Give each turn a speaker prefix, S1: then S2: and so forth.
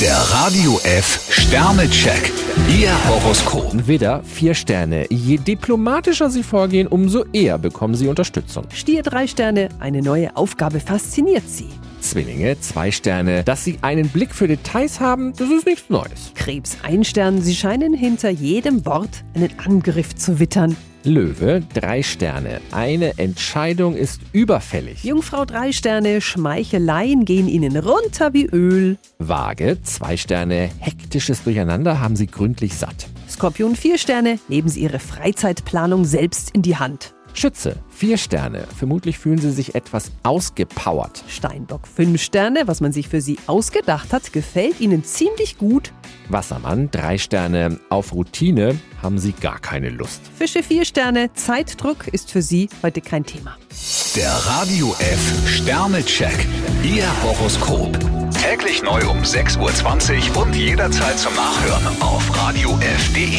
S1: Der Radio F Sternecheck. Ihr Horoskop.
S2: Widder, vier Sterne. Je diplomatischer Sie vorgehen, umso eher bekommen Sie Unterstützung.
S3: Stier drei Sterne, eine neue Aufgabe fasziniert Sie.
S2: Zwillinge, zwei Sterne. Dass Sie einen Blick für Details haben, das ist nichts Neues.
S3: Krebs ein Stern, Sie scheinen hinter jedem Wort einen Angriff zu wittern.
S2: Löwe, drei Sterne. Eine Entscheidung ist überfällig.
S3: Jungfrau drei Sterne, Schmeicheleien gehen Ihnen runter wie Öl.
S2: Waage, zwei Sterne. Hektisches Durcheinander haben Sie gründlich satt.
S3: Skorpion vier Sterne, nehmen Sie Ihre Freizeitplanung selbst in die Hand.
S2: Schütze, vier Sterne. Vermutlich fühlen Sie sich etwas ausgepowert.
S3: Steinbock fünf Sterne, was man sich für Sie ausgedacht hat, gefällt Ihnen ziemlich gut.
S2: Wassermann, drei Sterne. Auf Routine haben Sie gar keine Lust.
S3: Fische vier Sterne, Zeitdruck ist für Sie heute kein Thema.
S1: Der Radio F Sternecheck. Ihr Horoskop. Täglich neu um 6.20 Uhr und jederzeit zum Nachhören auf Radio radiof.de.